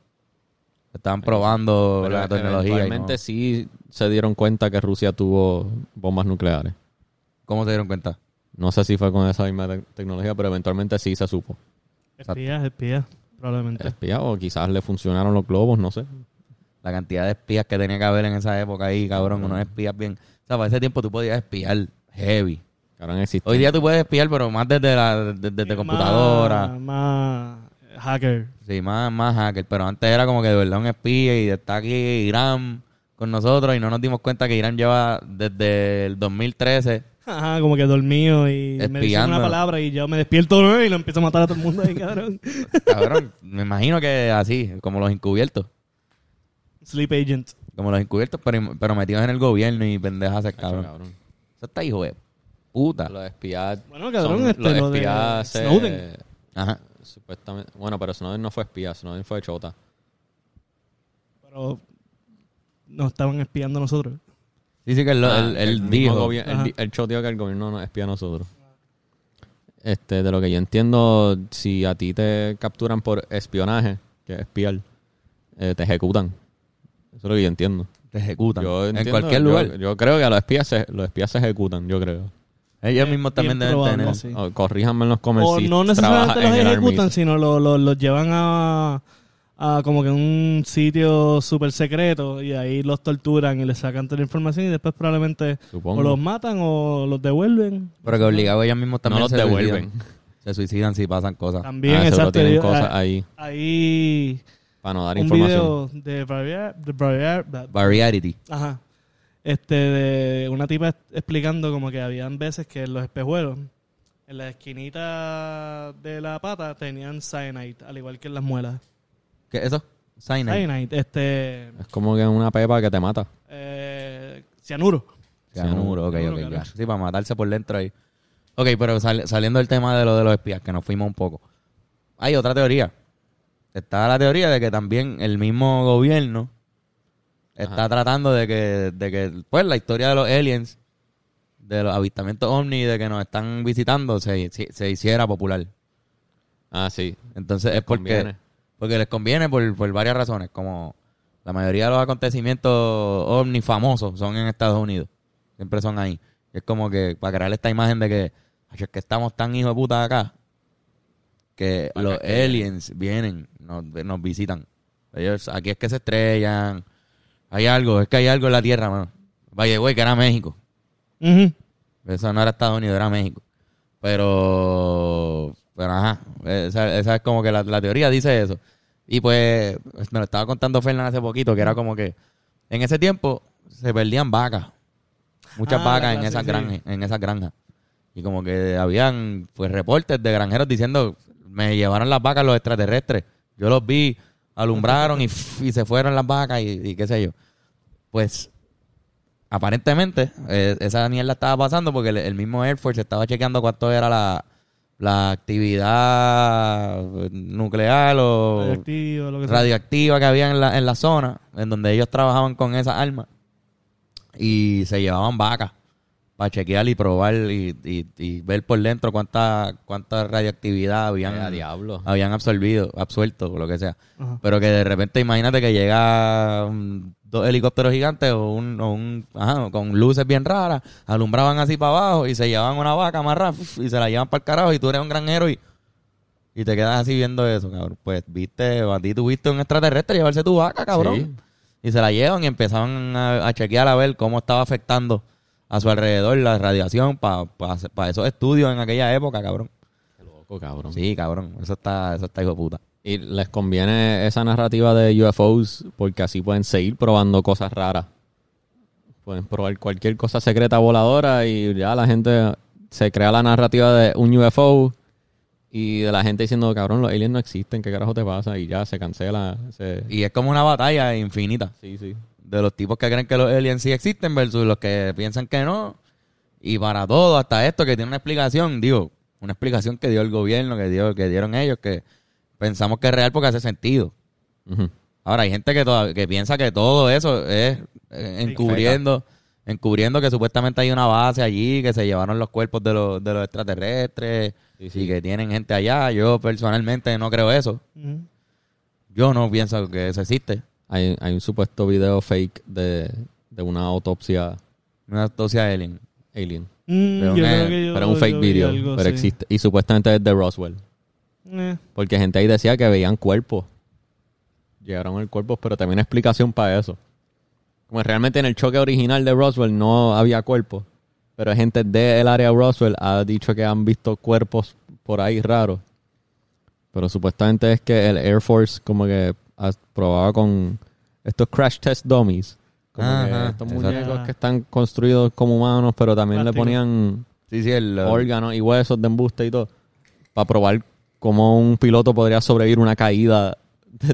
Speaker 1: Estaban probando
Speaker 2: Pero
Speaker 1: la tecnología. y no-
Speaker 2: eventualmente sí se dieron cuenta que Rusia tuvo bombas nucleares.
Speaker 1: ¿Cómo se dieron cuenta?
Speaker 2: No sé si fue con esa misma te- tecnología, pero eventualmente sí se supo.
Speaker 3: Espías, espías, probablemente.
Speaker 2: Espía o quizás le funcionaron los globos, no sé.
Speaker 1: La cantidad de espías que tenía que haber en esa época ahí, cabrón, unos espías bien. O sea, para ese tiempo tú podías espiar heavy.
Speaker 2: Que ahora existen.
Speaker 1: Hoy día tú puedes espiar, pero más desde la desde, desde
Speaker 3: Más-
Speaker 1: computadora.
Speaker 3: Más, hacker.
Speaker 1: Sí, más, más hacker. Pero antes era como que de verdad un espía y está aquí Irán con nosotros y no nos dimos cuenta que Irán lleva desde el 2013.
Speaker 3: Ajá, como que dormido y me dicen
Speaker 1: Espiando.
Speaker 3: una palabra y yo me despierto y lo empiezo a matar a todo el mundo ahí, cabrón.
Speaker 1: Cabrón, me imagino que así, como los encubiertos.
Speaker 3: Sleep Agent.
Speaker 1: Como los encubiertos, pero, pero metidos en el gobierno y pendejas, cabrón.
Speaker 2: Cabrón.
Speaker 1: Eso está hijo de puta.
Speaker 2: Los espías.
Speaker 3: Bueno, cabrón,
Speaker 2: son-
Speaker 3: este,
Speaker 2: los
Speaker 3: lo de
Speaker 2: espías se-
Speaker 3: Snowden.
Speaker 1: Ajá.
Speaker 2: supuestamente. Bueno, pero Snowden no fue espía, Snowden fue chota.
Speaker 3: Pero nos estaban espiando a nosotros.
Speaker 1: Sí, sí, que él, lo-
Speaker 2: Ah,
Speaker 1: él- él
Speaker 2: mismo
Speaker 1: dijo.
Speaker 2: gobier-
Speaker 3: Ajá.
Speaker 2: el, di- el choteo que el gobierno nos espía a nosotros. Este, de lo que yo entiendo, si a ti te capturan por espionaje, que es espiar, eh, te ejecutan. Eso es lo que yo entiendo.
Speaker 1: Te ejecutan.
Speaker 2: Yo
Speaker 1: en
Speaker 2: entiendo-
Speaker 1: cualquier
Speaker 2: yo-
Speaker 1: lugar.
Speaker 2: Yo, creo que a los espías se, los espías se ejecutan, yo creo.
Speaker 1: Ellos mismos también
Speaker 3: Bien
Speaker 1: deben
Speaker 3: probable,
Speaker 1: tener.
Speaker 3: sí.
Speaker 2: O, corríjanme en los
Speaker 3: O
Speaker 2: comercios.
Speaker 3: no necesariamente los ejecutan, sino lo- lo- los llevan a, a como que un sitio súper secreto y ahí los torturan y les sacan toda la información y después probablemente
Speaker 2: Supongo.
Speaker 3: o los matan o los devuelven.
Speaker 1: Pero que obligado ellos mismos también
Speaker 2: no los
Speaker 1: se
Speaker 2: devuelven.
Speaker 1: Suicidan. Se suicidan si pasan cosas.
Speaker 3: También,
Speaker 2: Ah, seguro
Speaker 3: exacto.
Speaker 2: tienen
Speaker 3: yo-
Speaker 2: cosas
Speaker 3: ah,
Speaker 2: ahí
Speaker 3: ahí
Speaker 2: para no dar
Speaker 3: un
Speaker 2: información.
Speaker 3: video de Braviar, de Braviar-
Speaker 1: Variety.
Speaker 3: ajá, este, de una tipa explicando como que habían veces que los espejuelos en la esquinita de la pata tenían cyanide, al igual que en las muelas.
Speaker 1: ¿Qué es eso? Cyanide.
Speaker 3: Cyanide, este...
Speaker 2: Es como que una pepa que te mata.
Speaker 3: Eh, cianuro.
Speaker 1: Cianuro, ok,
Speaker 3: Cianuro,
Speaker 1: ok, ya.
Speaker 3: claro.
Speaker 1: Sí, para matarse por dentro ahí. Ok, pero sal- saliendo del tema de lo de los espías, que nos fuimos un poco. Hay otra teoría. Está la teoría de que también el mismo gobierno está tratando de que, de que, pues, la historia de los aliens, de los avistamientos ovni, de que nos están visitando, se, se- se hiciera popular.
Speaker 2: Ah, sí.
Speaker 1: Entonces es porque,
Speaker 2: conviene.
Speaker 1: porque les conviene por, por varias razones, como la mayoría de los acontecimientos ovni famosos son en Estados Unidos, siempre son ahí. Y es como que para crear esta imagen de que, "Ay, es que estamos tan hijos de puta acá, que
Speaker 2: Para
Speaker 1: los
Speaker 2: acá que
Speaker 1: aliens vienen, nos, nos visitan. Ellos, aquí es que se estrellan, hay algo, es que hay algo en la Tierra, mano. Vaya, güey, que era México. Eso no era Estados Unidos, era México. Pero, pero ajá, esa, esa es como que la, la teoría dice eso. Y pues, me lo estaba contando Fernán hace poquito, que era como que en ese tiempo se perdían vacas. Muchas
Speaker 3: Ah,
Speaker 1: vacas
Speaker 3: la
Speaker 1: en
Speaker 3: clase,
Speaker 1: esas,
Speaker 3: sí.
Speaker 1: granjas, en esas granjas. Y como que habían pues reportes de granjeros diciendo, me llevaron las vacas los extraterrestres. Yo los vi, alumbraron y, y se fueron las vacas y- y qué sé yo. Pues aparentemente eh, esa mierda estaba pasando porque el, el mismo Air Force estaba chequeando cuánto era la, la actividad nuclear o
Speaker 3: Radioactivo, lo que sea.
Speaker 1: radioactiva que había en la, en la zona, en donde ellos trabajaban con esas armas. Y se llevaban vacas para chequear y probar y, y- y ver por dentro cuánta, cuánta radioactividad habían,
Speaker 2: Eh, a diablo.
Speaker 1: habían absorbido, absuelto o lo que sea.
Speaker 3: Ajá.
Speaker 1: Pero que de repente imagínate que llega mm, dos helicópteros gigantes o un, o un- ajá, con luces bien raras, alumbraban así para abajo y se llevaban una vaca amarrada uf, y se la llevan para el carajo y tú eres un granjero y, y te quedas así viendo eso, cabrón. Pues viste, a ti tuviste un extraterrestre llevarse tu vaca, cabrón.
Speaker 2: Sí.
Speaker 1: Y se la llevan y empezaban a, a chequear a ver cómo estaba afectando a su alrededor la radiación para esos estudios en aquella época, cabrón.
Speaker 2: Qué loco, cabrón.
Speaker 1: Sí, cabrón. Eso está, eso está hijo de puta.
Speaker 2: Y les conviene esa narrativa de UFOs porque así pueden seguir probando cosas raras. Pueden probar cualquier cosa secreta voladora y ya la gente se crea la narrativa de un UFO y de la gente diciendo, cabrón, los aliens no existen, ¿qué carajo te pasa? Y ya se cancela. se-
Speaker 1: Y es como una batalla infinita.
Speaker 2: Sí, sí.
Speaker 1: de los tipos que creen que los aliens sí existen versus los que piensan que no. Y para todo, hasta esto que tiene una explicación, digo, Una explicación que dio el gobierno, que, dio, que dieron ellos, que pensamos que es real porque hace sentido.
Speaker 2: Ujú.
Speaker 1: Ahora, hay gente que, toda- que piensa que todo eso es eh, encubriendo, encubriendo que supuestamente hay una base allí, que se llevaron los cuerpos de los, de los extraterrestres y que tienen gente allá. Yo personalmente no creo eso.
Speaker 3: Ujú.
Speaker 1: Yo no pienso que eso existe.
Speaker 2: Hay, hay un supuesto video fake de, de una autopsia
Speaker 1: Una autopsia alien.
Speaker 2: alien.
Speaker 3: Mm,
Speaker 1: Pero
Speaker 3: yo
Speaker 1: una-
Speaker 3: creo que yo-
Speaker 2: pero es un fake
Speaker 3: yo vi
Speaker 2: video,
Speaker 3: algo
Speaker 2: pero
Speaker 3: así.
Speaker 2: existe. Y supuestamente es de Roswell.
Speaker 3: Eh,
Speaker 2: Porque gente ahí decía que veían cuerpos. Llegaron el cuerpo, pero también hay explicación para eso. Como realmente en el choque original de Roswell no había cuerpos. Pero gente del área de Roswell ha dicho que han visto cuerpos por ahí raros. Pero supuestamente es que el Air Force como que as- probaba con estos crash test dummies. Como que
Speaker 1: Ah, Ajá,
Speaker 2: estos
Speaker 1: exacto.
Speaker 2: muñecos que están construidos como humanos, pero también
Speaker 3: Plástico.
Speaker 2: le ponían
Speaker 1: Sí, sí, el...
Speaker 2: órganos y huesos de embuste y todo. Para probar cómo un piloto podría sobrevivir una caída de-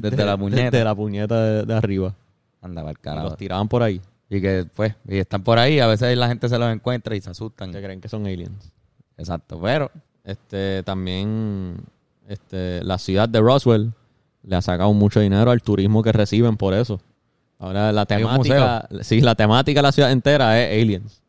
Speaker 1: Desde la puñeta.
Speaker 2: desde la puñeta de, de arriba.
Speaker 1: Anda, pa'l
Speaker 2: Y
Speaker 1: carajo.
Speaker 2: Los tiraban por ahí.
Speaker 1: Y que, pues, y están por ahí. A veces la gente se los encuentra y se asustan.
Speaker 2: Que creen que son aliens.
Speaker 1: Exacto. Pero,
Speaker 2: Este, también este, la ciudad de Roswell le ha sacado mucho dinero al turismo que reciben por eso. Ahora la
Speaker 1: Hay un
Speaker 2: temática, sí, la temática de la ciudad entera es aliens.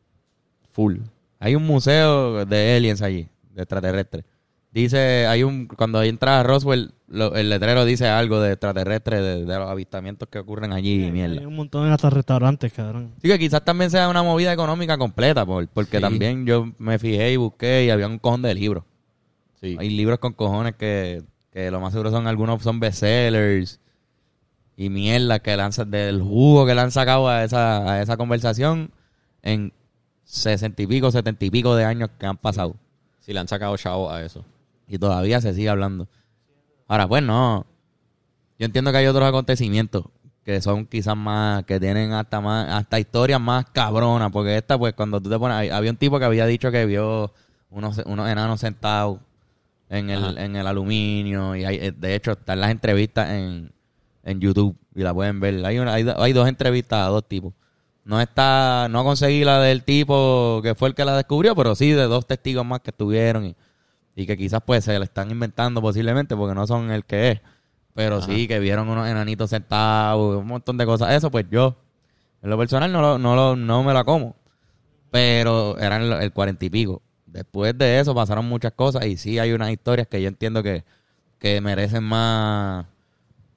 Speaker 2: Full.
Speaker 1: Hay un museo de aliens allí, de extraterrestres. Dice, hay un, cuando entras a Roswell, lo- el letrero dice algo de extraterrestres, de, de los avistamientos que ocurren allí y
Speaker 3: eh, Hay
Speaker 1: mierda.
Speaker 3: un montón de hasta restaurantes, cabrón.
Speaker 1: Así que quizás también sea una movida económica completa, por- porque
Speaker 2: Sí.
Speaker 1: también yo me fijé y busqué y había un cojón de libros.
Speaker 2: Sí.
Speaker 1: Hay libros con cojones que, que lo más seguro son algunos son bestsellers y mierda que lanzan del jugo que le han sacado a esa, a esa conversación en sesenta y pico, setenta y pico de años que han pasado.
Speaker 2: Sí, le han sacado chavo a eso.
Speaker 1: Y todavía se sigue hablando. Ahora, pues no. Yo entiendo que hay otros acontecimientos que son quizás más, que tienen hasta más, hasta historias más cabronas. Porque esta, pues, cuando tú te pones, hay- había un tipo que había dicho que vio unos, unos enanos sentados en el,
Speaker 2: Ajá.
Speaker 1: en el aluminio. Y hay- eh, de hecho, están las entrevistas en, en YouTube y la pueden ver. Hay, una, hay, do- hay dos entrevistas a dos tipos. No está, no conseguí la del tipo que fue el que la descubrió, pero sí de dos testigos más que estuvieron y, y que quizás pues se la están inventando posiblemente porque no son el que es. Pero
Speaker 2: Ajá.
Speaker 1: sí que vieron unos enanitos sentados, un montón de cosas. Eso pues yo, en lo personal no, lo- no, lo- no me la como. Pero eran lo- el cuarenta y pico. Después de eso pasaron muchas cosas y sí hay unas historias que yo entiendo que, que merecen más,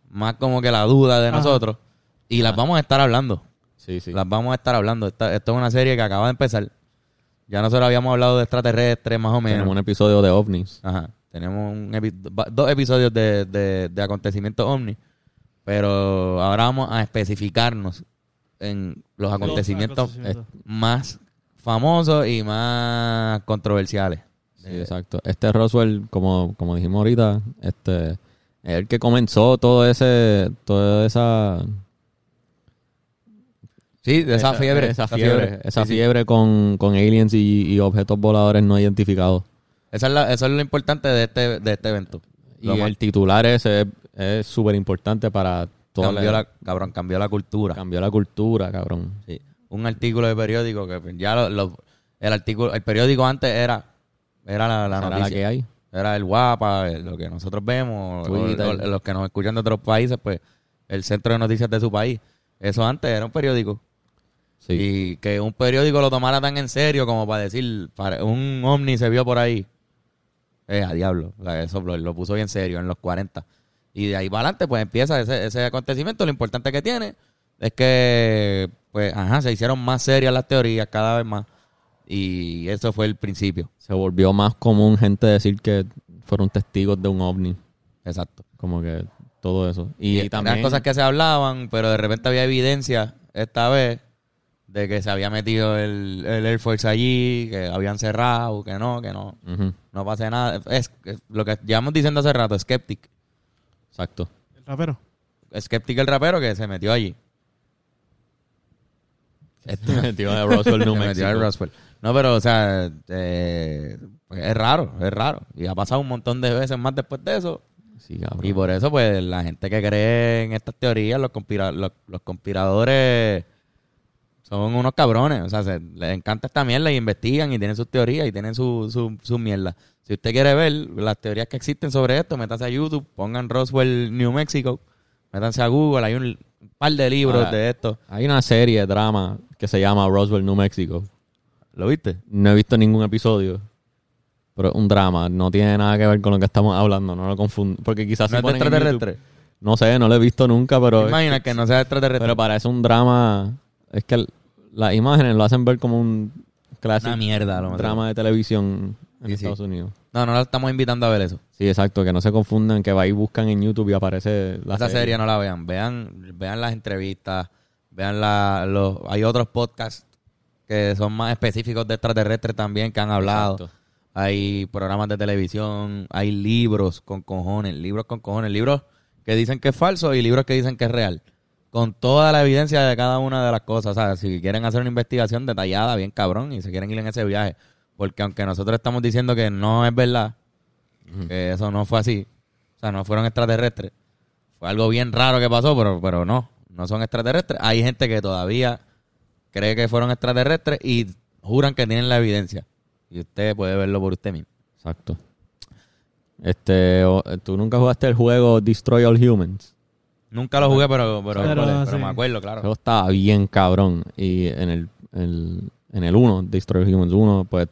Speaker 1: más como que la duda de
Speaker 3: Ajá.
Speaker 1: nosotros. Y las vamos a estar hablando.
Speaker 2: Sí, sí.
Speaker 1: Las vamos a estar hablando. Esta, esto es una serie que acaba de empezar. Ya nosotros habíamos hablado de extraterrestres más o menos.
Speaker 2: Tenemos un episodio de ovnis.
Speaker 1: Ajá. Tenemos un epi- va- dos episodios de, de, de acontecimientos ovni. Pero ahora vamos a especificarnos en los acontecimientos,
Speaker 3: acontecimientos.
Speaker 1: eh, más famosos y más controversiales.
Speaker 2: Sí,
Speaker 1: Eh,
Speaker 2: exacto. Este Roswell, como, como dijimos ahorita, este es el que comenzó todo ese, toda esa,
Speaker 1: Sí, de esa, fiebre.
Speaker 2: esa
Speaker 1: esa
Speaker 2: fiebre, esa
Speaker 1: Sí, sí.
Speaker 2: fiebre con, con aliens y, y objetos voladores no identificados.
Speaker 1: Esa es la- eso es lo importante de este, de este evento.
Speaker 2: Y
Speaker 1: Lo más-
Speaker 2: el titular ese es- es súper importante para todo.
Speaker 1: cambió la, cabrón, cambió la cultura.
Speaker 2: cambió la cultura, cabrón.
Speaker 1: Sí. Un artículo de periódico que pues, ya lo- lo- el artículo, el periódico antes era, era la, la
Speaker 2: Esa era
Speaker 1: noticia.
Speaker 2: la que hay.
Speaker 1: Era el guapa, el- lo que nosotros vemos, o-
Speaker 2: Twitter.
Speaker 1: o- los que nos escuchan de otros países, pues, el centro de noticias de su país. Eso antes era un periódico.
Speaker 2: Sí.
Speaker 1: Y que un periódico lo tomara tan en serio como para decir, para- un ovni se vio por ahí. Eh, a diablo. O sea, eso lo, lo puso bien serio en los 40. Y de ahí para adelante, pues empieza ese, ese acontecimiento. Lo importante que tiene es que, pues, ajá, se hicieron más serias las teorías cada vez más. Y eso fue el principio.
Speaker 2: Se volvió más común gente decir que fueron testigos de un ovni.
Speaker 1: Exacto.
Speaker 2: Como que todo eso. Y,
Speaker 1: eran
Speaker 2: también...
Speaker 1: cosas que se hablaban, pero de repente había evidencia esta vez de que se había metido el, el Air Force allí, que habían cerrado, que no, que no.
Speaker 2: Ujú,
Speaker 1: No pasa nada. Es, es lo que llevamos diciendo hace rato, Skeptic.
Speaker 2: Exacto.
Speaker 3: El rapero.
Speaker 1: Skeptic el rapero que se metió allí. Este-
Speaker 2: El tío de Roswell, New
Speaker 1: se metió al
Speaker 2: Mexico.
Speaker 1: Roswell. No, pero, o sea, eh, pues es raro, es raro. Y ha pasado un montón de veces más después de eso.
Speaker 2: Sí, cabrón.
Speaker 1: Y por eso, pues, la gente que cree en estas teorías, los, conspira- los, los conspiradores, Son unos cabrones. O sea, se- les encanta esta mierda y investigan y tienen sus teorías y tienen su, su, su mierda. Si usted quiere ver las teorías que existen sobre esto, métase a YouTube, pongan Roswell, New Mexico, métanse a Google, hay un par de libros
Speaker 2: Ah.
Speaker 1: de esto.
Speaker 2: Hay una serie de drama que se llama Roswell, New Mexico.
Speaker 1: ¿Lo viste?
Speaker 2: No he visto ningún episodio. Pero es un drama. No tiene nada que ver con lo que estamos hablando. No lo confundo. Porque
Speaker 1: ¿No
Speaker 2: quizás si
Speaker 1: es de
Speaker 2: ponen en
Speaker 1: extraterrestre?
Speaker 2: YouTube- No sé, no lo he visto nunca, pero...
Speaker 1: Imagina que no sea extraterrestre.
Speaker 2: Pero parece un drama... Es que l- las imágenes lo hacen ver como un clásico
Speaker 1: Una mierda, lo más
Speaker 2: drama de televisión en
Speaker 1: Sí, sí.
Speaker 2: Estados Unidos.
Speaker 1: No, no la estamos invitando a ver eso.
Speaker 2: Sí, exacto. Que no se confundan, que va y buscan en YouTube y aparece la
Speaker 1: Esa
Speaker 2: serie.
Speaker 1: serie no la vean. Vean, vean las entrevistas, vean la, los... Hay otros podcasts que son más específicos de extraterrestres también que han hablado.
Speaker 2: Exacto.
Speaker 1: Hay programas de televisión, hay libros con cojones, libros con cojones, libros que dicen que es falso y libros que dicen que es real. Con toda la evidencia de cada una de las cosas. O sea, si quieren hacer una investigación detallada, bien cabrón, y se quieren ir en ese viaje. Porque aunque nosotros estamos diciendo que no es verdad, que eso no fue así, o sea, no fueron extraterrestres. Fue algo bien raro que pasó, pero, pero no, no son extraterrestres. Hay gente que todavía cree que fueron extraterrestres y juran que tienen la evidencia. Y usted puede verlo por usted mismo.
Speaker 2: Exacto. Este, o- ¿Tú nunca jugaste el juego Destroy All Humans?
Speaker 1: Nunca lo jugué, pero, pero,
Speaker 3: Pero,
Speaker 1: pero- pero
Speaker 3: sí.
Speaker 1: me acuerdo,
Speaker 2: El
Speaker 1: claro.
Speaker 2: juego estaba bien cabrón. Y en el, el- en el 1, Destroy All Humans 1, pues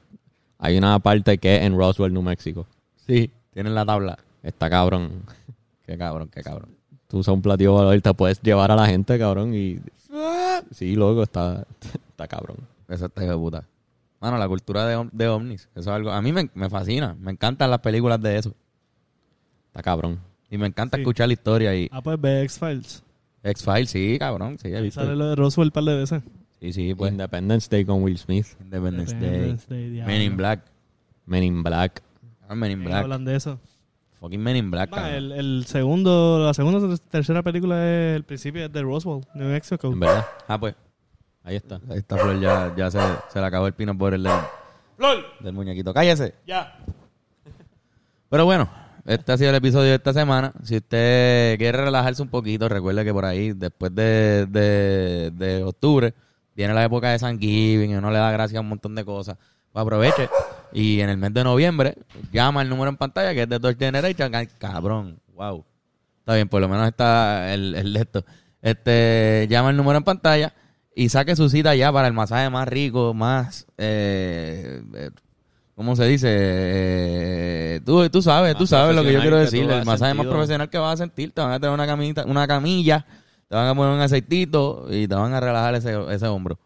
Speaker 2: hay una parte que es en Roswell, New México.
Speaker 1: Sí, tienen la tabla.
Speaker 2: Está cabrón.
Speaker 1: Qué cabrón, qué cabrón.
Speaker 2: Tú usas un platillo volador, te puedes llevar a la gente, cabrón. Y sí, loco, está, está cabrón.
Speaker 1: Eso está hijo de puta. Mano, la cultura de, om- de ovnis. Eso es algo. A mí me, me fascina. Me encantan las películas de eso.
Speaker 2: Está cabrón.
Speaker 1: Y me encanta
Speaker 3: Sí.
Speaker 1: escuchar la historia. Y
Speaker 3: Ah, pues ve X-Files.
Speaker 1: X-Files, sí, cabrón. Sí, he
Speaker 3: Ahí
Speaker 1: visto.
Speaker 3: sale lo de Roswell un par de veces.
Speaker 1: Sí, sí, pues.
Speaker 2: Independence Day con Will Smith.
Speaker 1: Independence Day.
Speaker 3: Independence Day,
Speaker 1: este, Men in
Speaker 3: este diablo.
Speaker 1: Black.
Speaker 2: Men in Black.
Speaker 1: Ah, Men in
Speaker 3: Eh,
Speaker 1: Black.
Speaker 3: Hablan de eso.
Speaker 1: Fucking Men in Black.
Speaker 3: Ma,
Speaker 1: cabrón.
Speaker 3: el, el segundo, la segunda o tercera película es el principio es de Roswell, New Mexico.
Speaker 2: En verdad.
Speaker 1: Ah, pues.
Speaker 2: Ahí está.
Speaker 1: Esta flor ya, ya se, se le acabó el peanut butter del, del muñequito. ¡Cállese!
Speaker 3: Ya.
Speaker 1: Pero bueno, este ha sido el episodio de esta semana. Si usted quiere relajarse un poquito, recuerde que por ahí, después de, de- de octubre, viene la época de San Giving y uno le da gracias a un montón de cosas. Pues aproveche. Y en el mes de noviembre, llama el número en pantalla que es de Dodge Generation. Ay, Cabrón, wow. Está bien, por lo menos está el, el de esto. Este, llama el número en pantalla y saque su cita ya para el masaje más rico, más eh, eh, ¿Cómo se dice? Eh, tú, tú sabes,
Speaker 2: Más
Speaker 1: tú sabes lo que yo quiero
Speaker 2: profesional que tú
Speaker 1: decir.
Speaker 2: has
Speaker 1: El masaje más
Speaker 2: sentido.
Speaker 1: profesional que vas a sentir. Te van a tener una, camita, una camilla, te van a poner un aceitito y te van a relajar ese, ese hombro.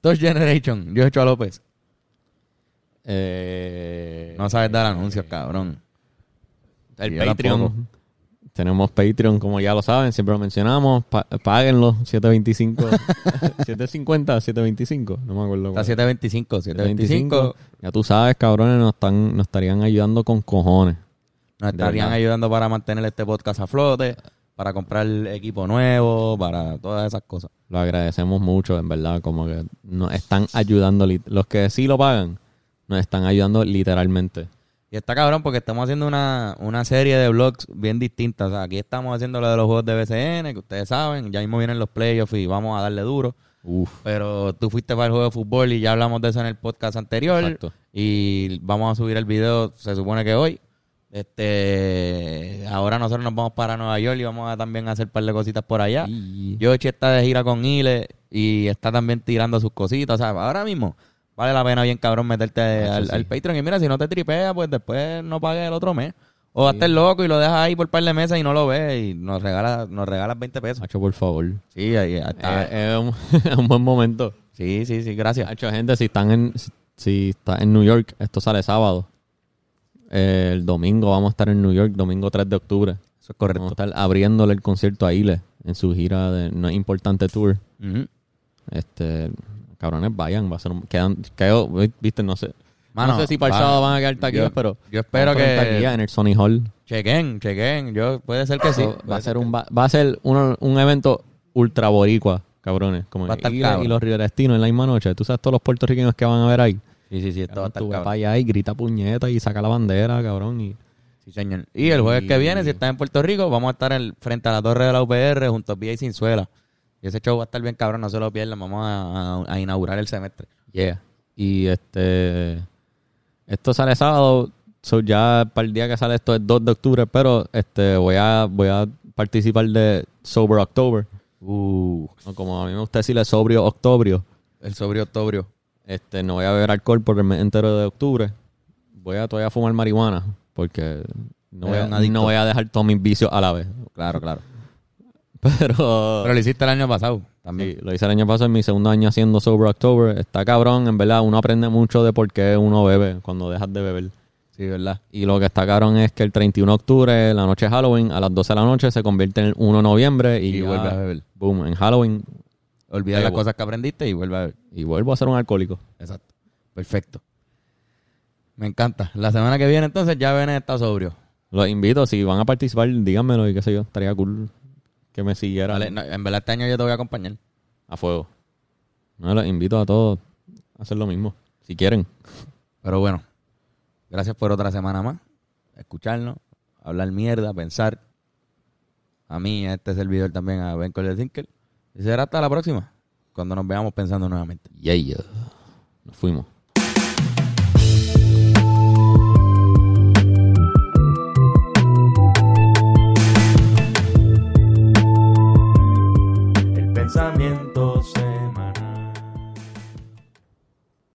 Speaker 1: Touch Generation, yo he hecho a López.
Speaker 2: Eh,
Speaker 1: No sabes dar anuncios, cabrón.
Speaker 2: El
Speaker 1: Yo
Speaker 2: Patreon.
Speaker 1: tampoco.
Speaker 2: Tenemos Patreon, como ya lo saben, siempre lo mencionamos. Pa- páguenlo, 725. 750, 725. No me acuerdo.
Speaker 1: Está
Speaker 2: cuál.
Speaker 1: 725, 725.
Speaker 2: Ya tú sabes, cabrones, nos, están, nos estarían ayudando con cojones.
Speaker 1: Nos
Speaker 2: De
Speaker 1: estarían
Speaker 2: verdad.
Speaker 1: ayudando para mantener este podcast a flote, para comprar equipo nuevo, para todas esas cosas.
Speaker 2: Lo agradecemos mucho, en verdad. Como que nos están ayudando. lit- Los que sí lo pagan, nos están ayudando literalmente.
Speaker 1: Y está cabrón porque estamos haciendo una, una serie de vlogs bien distintas. O sea, aquí estamos haciendo lo de los juegos de BCN, que ustedes saben. Ya mismo vienen los playoffs y vamos a darle duro.
Speaker 2: Uf.
Speaker 1: Pero tú fuiste para el juego de fútbol y ya hablamos de eso en el podcast anterior.
Speaker 2: Exacto.
Speaker 1: Y vamos a subir el video, se supone que hoy. Este, ahora nosotros nos vamos para Nueva York y vamos a también hacer un par de cositas por allá.
Speaker 2: Y-
Speaker 1: Yoshi está de gira con Ile y está también tirando sus cositas. O sea, ahora mismo vale la pena bien cabrón meterte
Speaker 2: Eso
Speaker 1: al,
Speaker 2: sí.
Speaker 1: al Patreon. Y mira, si no te tripeas, pues después no pagues el otro mes. O hazte el loco y lo dejas ahí por par de meses y no lo ves y nos regalas, nos regalas 20 pesos.
Speaker 2: Hacho, por favor.
Speaker 1: Sí, ahí está.
Speaker 2: Eh, eh, un- un buen momento.
Speaker 1: sí, sí, sí, gracias.
Speaker 2: Hacho, gente, si están en, si, si está en New York, esto sale sábado. Eh, el domingo vamos a estar en New York, domingo 3 de octubre.
Speaker 1: Eso es
Speaker 2: Vamos a
Speaker 1: correcto.
Speaker 2: estar abriéndole el concierto a Ile en su gira de No es Importante Tour.
Speaker 1: Ujú.
Speaker 2: Este, cabrones, vayan, va a ser un, quedan, quedó, viste, no sé.
Speaker 1: Mano,
Speaker 2: no sé si para
Speaker 1: va.
Speaker 2: el sábado van a quedar taquillas,
Speaker 1: Yo-
Speaker 2: pero
Speaker 1: yo espero
Speaker 2: van a poner
Speaker 1: que-
Speaker 2: taquillas en el Sony Hall.
Speaker 1: Chequen, chequen. Yo, puede ser que sí.
Speaker 2: Eso va
Speaker 1: Puede
Speaker 2: a ser
Speaker 1: que-
Speaker 2: un va, va a ser uno- un evento ultra boricua, cabrones, como
Speaker 1: Va a estar
Speaker 2: Ile
Speaker 1: cabrón.
Speaker 2: y los riverestinos en la misma noche. Tú sabes todos los puertorriqueños que van a ver ahí.
Speaker 1: Sí, sí, sí, esto va a estar
Speaker 2: Tú vas
Speaker 1: cabrón.
Speaker 2: para allá y grita puñeta y saca la bandera, cabrón. Y...
Speaker 1: Sí, señor. Y el jueves que viene, si estás en Puerto Rico, vamos a estar en- frente a la torre de la UPR junto a Pia y Cinzuela. Y ese show va a estar bien cabrón, no se lo pierdan. Vamos a, a- a inaugurar el semestre.
Speaker 2: Yeah. Y este. Esto sale sábado. So ya para el día que sale esto es 2 de octubre, pero este voy a voy a participar de Sober October. O como a mí me gusta decirle sobrio octobrio.
Speaker 1: Uh. El sobrio Tobrio.
Speaker 2: Este, no voy a beber alcohol por el mes entero de octubre. Voy a todavía fumar marihuana porque no voy,
Speaker 1: Eres
Speaker 2: a,
Speaker 1: un adicto.
Speaker 2: no voy a dejar todos mis vicios a la vez.
Speaker 1: Claro, claro.
Speaker 2: Pero,
Speaker 1: Pero lo hiciste el año pasado también.
Speaker 2: sí, lo hice el año pasado en mi segundo año haciendo Sober October. Está cabrón, en verdad. Uno aprende mucho de por qué uno bebe cuando dejas de beber.
Speaker 1: Sí, ¿verdad?
Speaker 2: Y lo que está cabrón es que el 31 de octubre, la noche de Halloween, a las 12 de la noche se convierte en el 1 de noviembre y,
Speaker 1: Y
Speaker 2: ya,
Speaker 1: vuelve a beber.
Speaker 2: Boom, en Halloween
Speaker 1: Olvida
Speaker 2: Bebo.
Speaker 1: las cosas que aprendiste y vuelve a ver.
Speaker 2: y vuelvo a ser un alcohólico.
Speaker 1: Exacto. Perfecto. Me encanta. La semana que viene entonces ya ven está sobrio.
Speaker 2: Los invito, si van a participar, díganmelo y qué sé yo, estaría cool que me siguieran
Speaker 1: Vale, no, en verdad este año yo te voy a acompañar.
Speaker 2: a fuego. No, los invito a todos a hacer lo mismo, si quieren.
Speaker 1: Pero bueno, gracias por otra semana más. Escucharnos, hablar mierda, pensar. A mí, a este servidor también, a Ben Collier Zinkel. Y será hasta la próxima, cuando nos veamos pensando nuevamente.
Speaker 2: Y ahí eh, Nos fuimos.